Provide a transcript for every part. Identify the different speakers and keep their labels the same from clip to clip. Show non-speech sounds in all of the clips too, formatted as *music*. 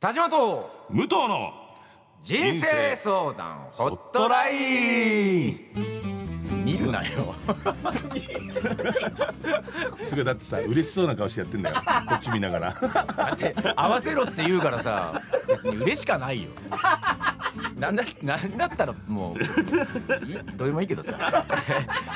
Speaker 1: 田島と
Speaker 2: 武藤の
Speaker 1: 人生相談ホット
Speaker 2: ド
Speaker 1: ラ
Speaker 2: ラ
Speaker 1: イ
Speaker 2: イ
Speaker 1: ン見るなよ
Speaker 2: すごいだってさ嬉しそうな顔してやってんだ *laughs* よこっち見ながら
Speaker 1: だって合わせろって言うからさ別に嬉しかないよなんだなんだったらもういいどうでもいいけどさ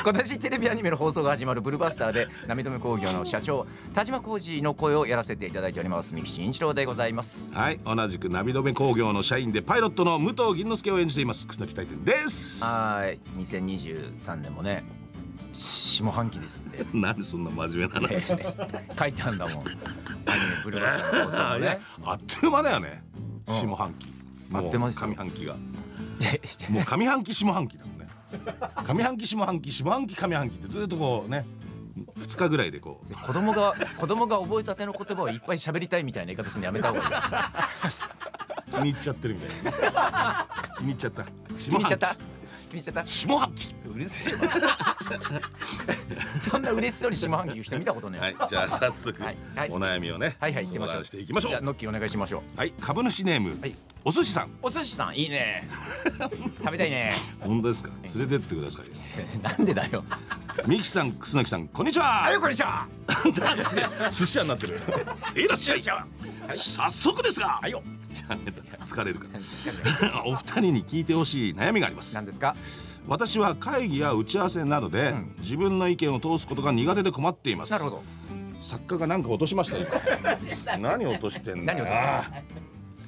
Speaker 1: 今年テレビアニメの放送が始まる「ブルーバスター」で涙目工業の社長田島浩二の声をやらせていただいております三木真一郎でございます
Speaker 2: はい同じく涙目工業の社員でパイロットの武藤銀之助を演じています楠木大天です
Speaker 1: はい2023年もね下半期ですって
Speaker 2: なんでそんな真面目なの
Speaker 1: 書いてあんだもんアニメ「ブルーバスター」の放送
Speaker 2: あ
Speaker 1: も *laughs* ね
Speaker 2: ねあっという間だよね
Speaker 1: うん
Speaker 2: 下半期
Speaker 1: あっという間ですよ
Speaker 2: 上半期が
Speaker 1: で
Speaker 2: もう上半期下半期だもんね上半期下半期下半期上半期ってずっとこうね2日ぐらいでこう
Speaker 1: 子供が子供が覚えたての言葉をいっぱい喋りたいみたいな言い方するのやめた方 *laughs* がいいよ
Speaker 2: *laughs* 気に入っちゃってるみたいな気に入っちゃった
Speaker 1: 気
Speaker 2: 下
Speaker 1: に入っち
Speaker 2: 半
Speaker 1: ゃ
Speaker 2: 期
Speaker 1: った気に入っちゃった
Speaker 2: 下半期
Speaker 1: うるせえわ *laughs* そんな嬉しそうに下半期言う人見たことねえ
Speaker 2: はいじゃあ早速
Speaker 1: はいはい
Speaker 2: お悩みをね
Speaker 1: はいはい行ってみま
Speaker 2: 相
Speaker 1: しょう
Speaker 2: 談していきましょ
Speaker 1: じゃあ
Speaker 2: う
Speaker 1: ノッキーお願いしましょう
Speaker 2: はい株主ネーム
Speaker 1: はい
Speaker 2: お寿司さん
Speaker 1: お寿司さんいい *laughs* ね食べたいね *laughs*
Speaker 2: 本当ですか連れてってくださいよ
Speaker 1: なんでだよ
Speaker 2: ミキさん楠木さんこんにちは
Speaker 1: あよこれじゃ
Speaker 2: *laughs* 寿司屋になってるいらっしゃい早速ですが
Speaker 1: はいよ
Speaker 2: やめた疲れるから *laughs* お二人に聞いてほしい悩みがありま
Speaker 1: 何
Speaker 2: す
Speaker 1: ですか
Speaker 2: 私は会議や打ち合わせなどで、
Speaker 1: ん
Speaker 2: 自分の意見を通すことが苦手で困っています
Speaker 1: なるほど
Speaker 2: 作家が何か落としまし
Speaker 1: *laughs*
Speaker 2: たよ何落としてんだ
Speaker 1: 何を
Speaker 2: よ
Speaker 1: どうし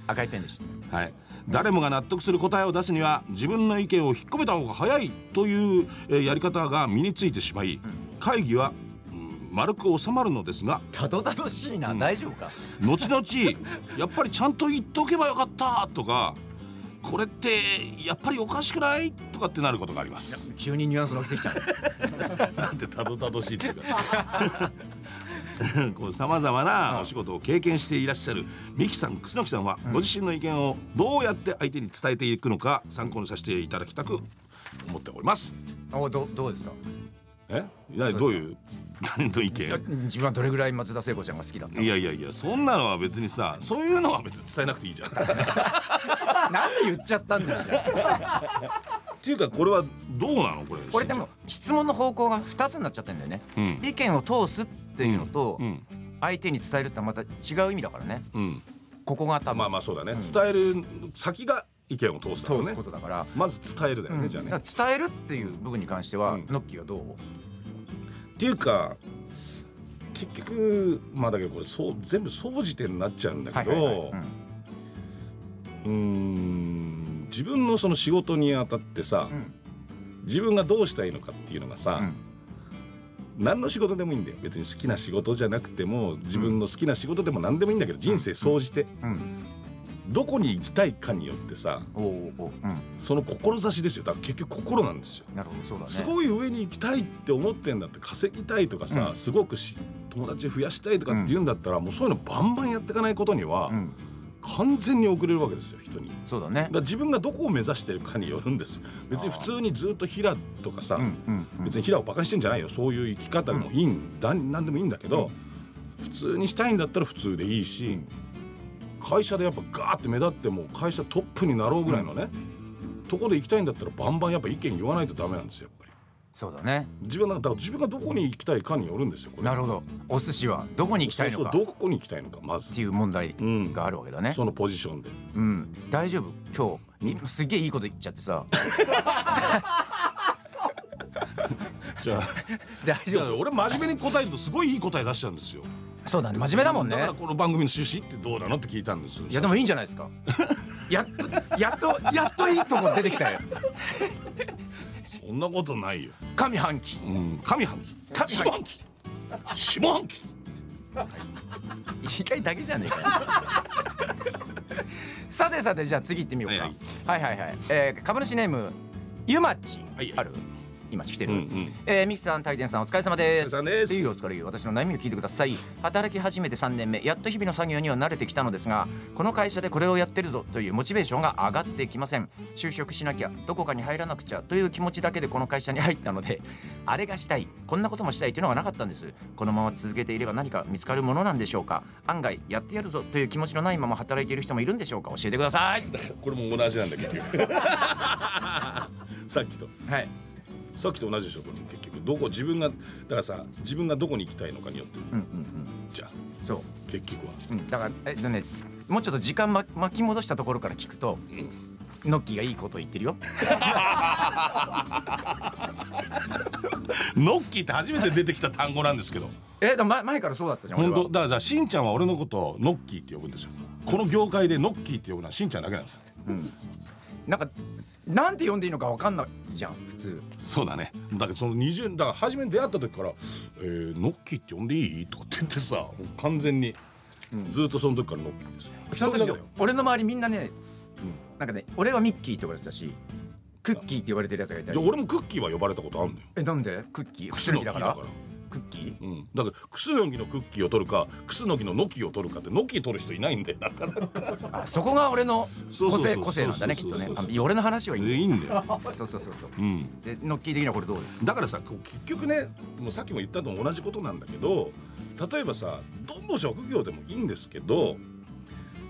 Speaker 1: た赤いペンでした
Speaker 2: はい、誰もが納得する答えを出すには自分の意見を引っ込めた方が早いというえーやり方が身についてしまい会議は、うん丸く収まるのですが
Speaker 1: たどたどしいな、大丈夫か
Speaker 2: 後々やっぱりちゃんと言っておけばよかったとかこれってやっぱりおかしくないとかってなることがあります
Speaker 1: 急にニュアンスのって *laughs* きたね
Speaker 2: なんてたどたどしいっていうか *laughs* こうさまざまなお仕事を経験していらっしゃるミキさん楠木さんはご自身の意見をどうやって相手に伝えていくのか参考にさせていただきたく思っております
Speaker 1: おどどうですか
Speaker 2: えいや
Speaker 1: すか
Speaker 2: どう *laughs* いう何の意
Speaker 1: いや
Speaker 2: 見
Speaker 1: 自分はどれぐらい松田聖子ちゃんが好きだった
Speaker 2: いやいやいやそんなのは別にさそういうのは別に伝えなくていいじゃん *laughs* っ
Speaker 1: なんで言っちゃったんだよじゃあ
Speaker 2: ていうかこれはどうなのこ
Speaker 1: *laughs*
Speaker 2: れ
Speaker 1: これでも質問の方向が2つになっちゃってんだよね、
Speaker 2: うん
Speaker 1: 意見を通すっていうのと、
Speaker 2: うん
Speaker 1: 相手に伝えるってまた違う意味だからね
Speaker 2: うん
Speaker 1: ここが多分、
Speaker 2: まあまあそうだね、伝える先が意見を通すだろう
Speaker 1: 通
Speaker 2: ね
Speaker 1: すことだから,、
Speaker 2: まず伝えるだよね、じゃあね
Speaker 1: だから伝えるっていう部分に関しては、
Speaker 2: うん
Speaker 1: ノッキーはどう
Speaker 2: っていうか結局まあだけどこれそう全部総じてになっちゃうんだけど、
Speaker 1: うん
Speaker 2: うーん自分のその仕事にあたってさ、
Speaker 1: うん
Speaker 2: 自分がどうしたいのかっていうのがさ、
Speaker 1: うん
Speaker 2: 何の仕事でもいいんだよ別に好きな仕事じゃなくても自分の好きな仕事でも何でもいいんだけど人生総じて、
Speaker 1: うん
Speaker 2: どこに行きたいかによってさ
Speaker 1: おうおうおうう
Speaker 2: その志ですよだから結局心なんですよ。
Speaker 1: んなるほどそうだね
Speaker 2: すごい上に行きたいって思ってんだって稼ぎたいとかさ、
Speaker 1: うん
Speaker 2: すごくし友達増やしたいとかって言うんだったら、もうそういうのバンバンやっていかないことには、
Speaker 1: うん
Speaker 2: 完全に遅れるわけですよ人に。だか
Speaker 1: そうだね
Speaker 2: ら自分がどこを目指してるかによるんですよ別に普通にずっと平とかさ、
Speaker 1: うんうんうん
Speaker 2: 別に平をバカにしてんじゃないよそういう生き方もいいんだ、なんでもいいんだけど、普通にしたいんだったら普通でいいし、会社でやっぱガーって目立ってもう会社トップになろうぐらいのね、とこで行きたいんだったらバンバンやっぱ意見言わないとダメなんですよやっぱり。
Speaker 1: そうだね
Speaker 2: 自分なんかだから自分がどこに行きたいかによるんですよこれ
Speaker 1: なるほどお寿司はどこに行きたいのか
Speaker 2: そうそう
Speaker 1: っ
Speaker 2: どこに行きたいのかまず
Speaker 1: ていう問題
Speaker 2: うん
Speaker 1: があるわけだね、
Speaker 2: そのポジションで
Speaker 1: うん、大丈夫今日すげえいいこと言っちゃってさ *laughs*
Speaker 2: じゃあ
Speaker 1: *laughs* 大
Speaker 2: じ
Speaker 1: 丈
Speaker 2: ゃあ俺真面目に答えるとすごいいい答え出しちゃうんですよ
Speaker 1: 夫そうだね真面目だもんね
Speaker 2: だからこの番組の趣旨ってどうなのって聞いたんですよ
Speaker 1: いやでもいいんじゃないですかやっとやっとやっといいとこ出てきたよ
Speaker 2: そんなことないよ、
Speaker 1: 上半期
Speaker 2: うん、上半期
Speaker 1: 上
Speaker 2: 下半期下半期
Speaker 1: 一回だけじゃねえかよさてさてじゃあ次行ってみようか
Speaker 2: は
Speaker 1: はいいはいはい、えー株主ネームゆまっち
Speaker 2: はいはい
Speaker 1: ある今して
Speaker 2: う
Speaker 1: る、
Speaker 2: んうん
Speaker 1: えー、ミキさん、大天さん、お疲れ様です。
Speaker 2: お疲れ様です
Speaker 1: いいよお疲れよ私の悩みを聞いてください。働き始めて3年目、やっと日々の作業には慣れてきたのですが、この会社でこれをやってるぞというモチベーションが上がってきません。就職しなきゃ、どこかに入らなくちゃという気持ちだけでこの会社に入ったので、 *laughs* あれがしたい、こんなこともしたいというのがなかったんです。このまま続けていれば何か見つかるものなんでしょうか。案外、やってやるぞという気持ちのないまま働いている人もいるんでしょうか。教えてください。
Speaker 2: これも同じなんだ結局 *laughs* さっきと
Speaker 1: はい。
Speaker 2: さっきと同じでしょこれも結局どこ自分がだからさ自分がどこに行きたいのかによって
Speaker 1: うんうんうん。
Speaker 2: じゃあ
Speaker 1: そう。
Speaker 2: 結局は
Speaker 1: うん、だからえっとねもうちょっと時間ま巻き戻したところから聞くと、ノッキーがいいこと言ってるよ。
Speaker 2: ノッキーって初めて出てきた単語なんですけど
Speaker 1: えだ前前からそうだったじゃん。
Speaker 2: 本当
Speaker 1: *laughs* 俺は
Speaker 2: だからさしんちゃんは俺のことをノッキーって呼ぶんですよこの業界でノッキーって呼ぶのはしんちゃんだけなんですよ
Speaker 1: なんかなんて呼んでいいのかわかんないじゃん普通。
Speaker 2: そうだねだからその20だから初めに出会った時から「えー、ノッキーって呼んでいい?」とかって言ってさもう完全に、ずっとその時からノッキーですよ一人だけだよ
Speaker 1: 俺の周りみんなね、なんかね俺はミッキーって呼ばれてたし、クッキーって呼ばれてるやつがいた
Speaker 2: で
Speaker 1: り。
Speaker 2: 俺もクッキーは呼ばれたことあるんだよ
Speaker 1: えなんでクッキー？
Speaker 2: クスノキだから
Speaker 1: クスノキクッキー？
Speaker 2: うん、だからクスノキのクッキーを取るかクスノキのノキを取るかってノキ取る人いないんでなかなか
Speaker 1: あそこが俺の
Speaker 2: そう
Speaker 1: 個
Speaker 2: そうそう
Speaker 1: 性個性なんだねきっとね
Speaker 2: そうそう。そう
Speaker 1: あいや俺の話はいいんだよ。
Speaker 2: いいんだよ、
Speaker 1: そうそうそうそう。
Speaker 2: うん、
Speaker 1: でノッキー的にはこれどうですか？
Speaker 2: だからさこう結局ねもうさっきも言ったのと同じことなんだけど例えばさどの職業でもいいんですけど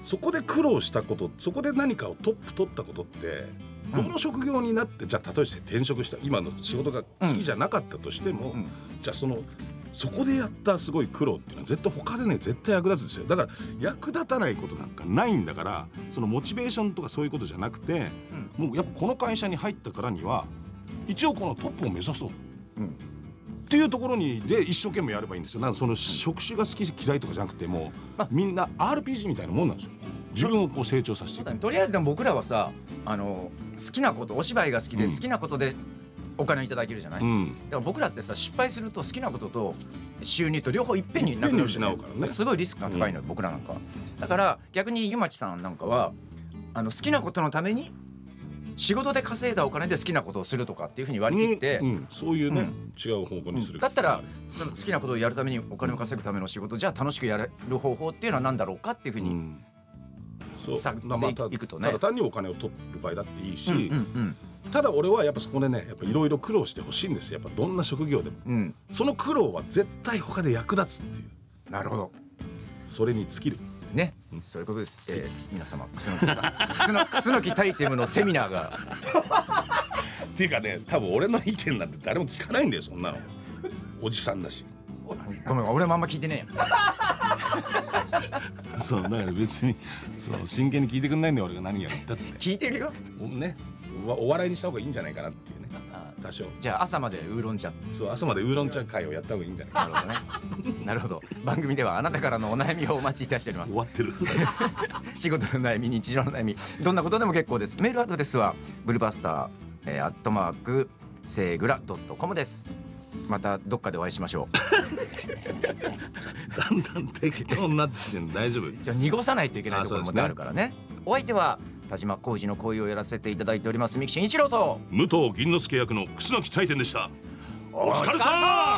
Speaker 2: そこで苦労したことそこで何かをトップ取ったことってどの職業になって、じゃあ例えば転職した今の仕事が好きじゃなかったとしても、
Speaker 1: うん
Speaker 2: じゃあそのそこでやったすごい苦労っていうのは絶対他でね絶対役立つんですよだから役立たないことなんかないんだからそのモチベーションとかそういうことじゃなくて、もうやっぱこの会社に入ったからには一応このトップを目指そう
Speaker 1: うん。
Speaker 2: っていうところにで一生懸命やればいいんですよなんかその職種が好き嫌いとかじゃなくてもうみんな RPG みたいなもんなんですよ自分をこう成長させて
Speaker 1: そ
Speaker 2: いうく
Speaker 1: だね、とりあえずでも僕らはさあの好きなことお芝居が好きで
Speaker 2: うん
Speaker 1: 好きなことでお金をいただけるじゃない、
Speaker 2: う
Speaker 1: だ
Speaker 2: ん
Speaker 1: から僕らってさ失敗すると好きなことと収入と両方いっぺんになくなるんだよ
Speaker 2: いっぺんに失うからね
Speaker 1: すごいリスクが高いのよ、僕らなんかはだから逆に湯町さんなんかはあの好きなことのために仕事で稼いだお金で好きなことをするとかっていうふうに割り切って、
Speaker 2: うんそういうね、
Speaker 1: う
Speaker 2: 違う方向にする
Speaker 1: だったらその好きなことをやるためにお金を稼ぐための仕事じゃあ楽しくやれる方法っていうのは何だろうかっていうふう
Speaker 2: う
Speaker 1: に、
Speaker 2: んそう
Speaker 1: 探って
Speaker 2: まあまあた
Speaker 1: いくとね
Speaker 2: ただ単にお金を取る場合だっていいし、
Speaker 1: うんうん
Speaker 2: ただ俺はやっぱそこでねやっぱいろいろ苦労してほしいんですよやっぱどんな職業でも
Speaker 1: うんうん
Speaker 2: その苦労は絶対他で役立つっていう
Speaker 1: なるほど
Speaker 2: それに尽きる
Speaker 1: ね、そういうことです。えー、皆様、クスノキさん、クスノクスノキタイテムのセミナーが、
Speaker 2: っていうかね多分俺の意見なんて誰も聞かないんだよそんなのおじさんだし
Speaker 1: ごめん、俺もあんま聞いてねえや。
Speaker 2: そうだから別にそう真剣に聞いてくんないんだよ俺が何やったって
Speaker 1: 聞いてるよ。
Speaker 2: おねおお笑いにした方がいいんじゃないかなっていうね
Speaker 1: あ
Speaker 2: 多少
Speaker 1: じゃあ朝までウーロン茶。
Speaker 2: そう朝までウーロン茶会をやった方がいいんじゃない
Speaker 1: な
Speaker 2: か
Speaker 1: るほどね。なるほど。番組ではあなたからのお悩みをお待ちいたしております。
Speaker 2: ってる
Speaker 1: 仕事の悩み、日常の悩み、どんなことでも結構です。メールアドレスはブルバスター、えー、アットマークセーグラドットコムです。またどっかでお会いしましょう。
Speaker 2: だんだん適当になってきてんの大丈夫
Speaker 1: じゃあ濁さないといけない
Speaker 2: あ
Speaker 1: ところも
Speaker 2: そうですね
Speaker 1: あるからね。お相手は田島浩二の恋をやらせていただいております三木真一郎と。
Speaker 2: 武藤銀之助役の楠木大天でしたお疲れさま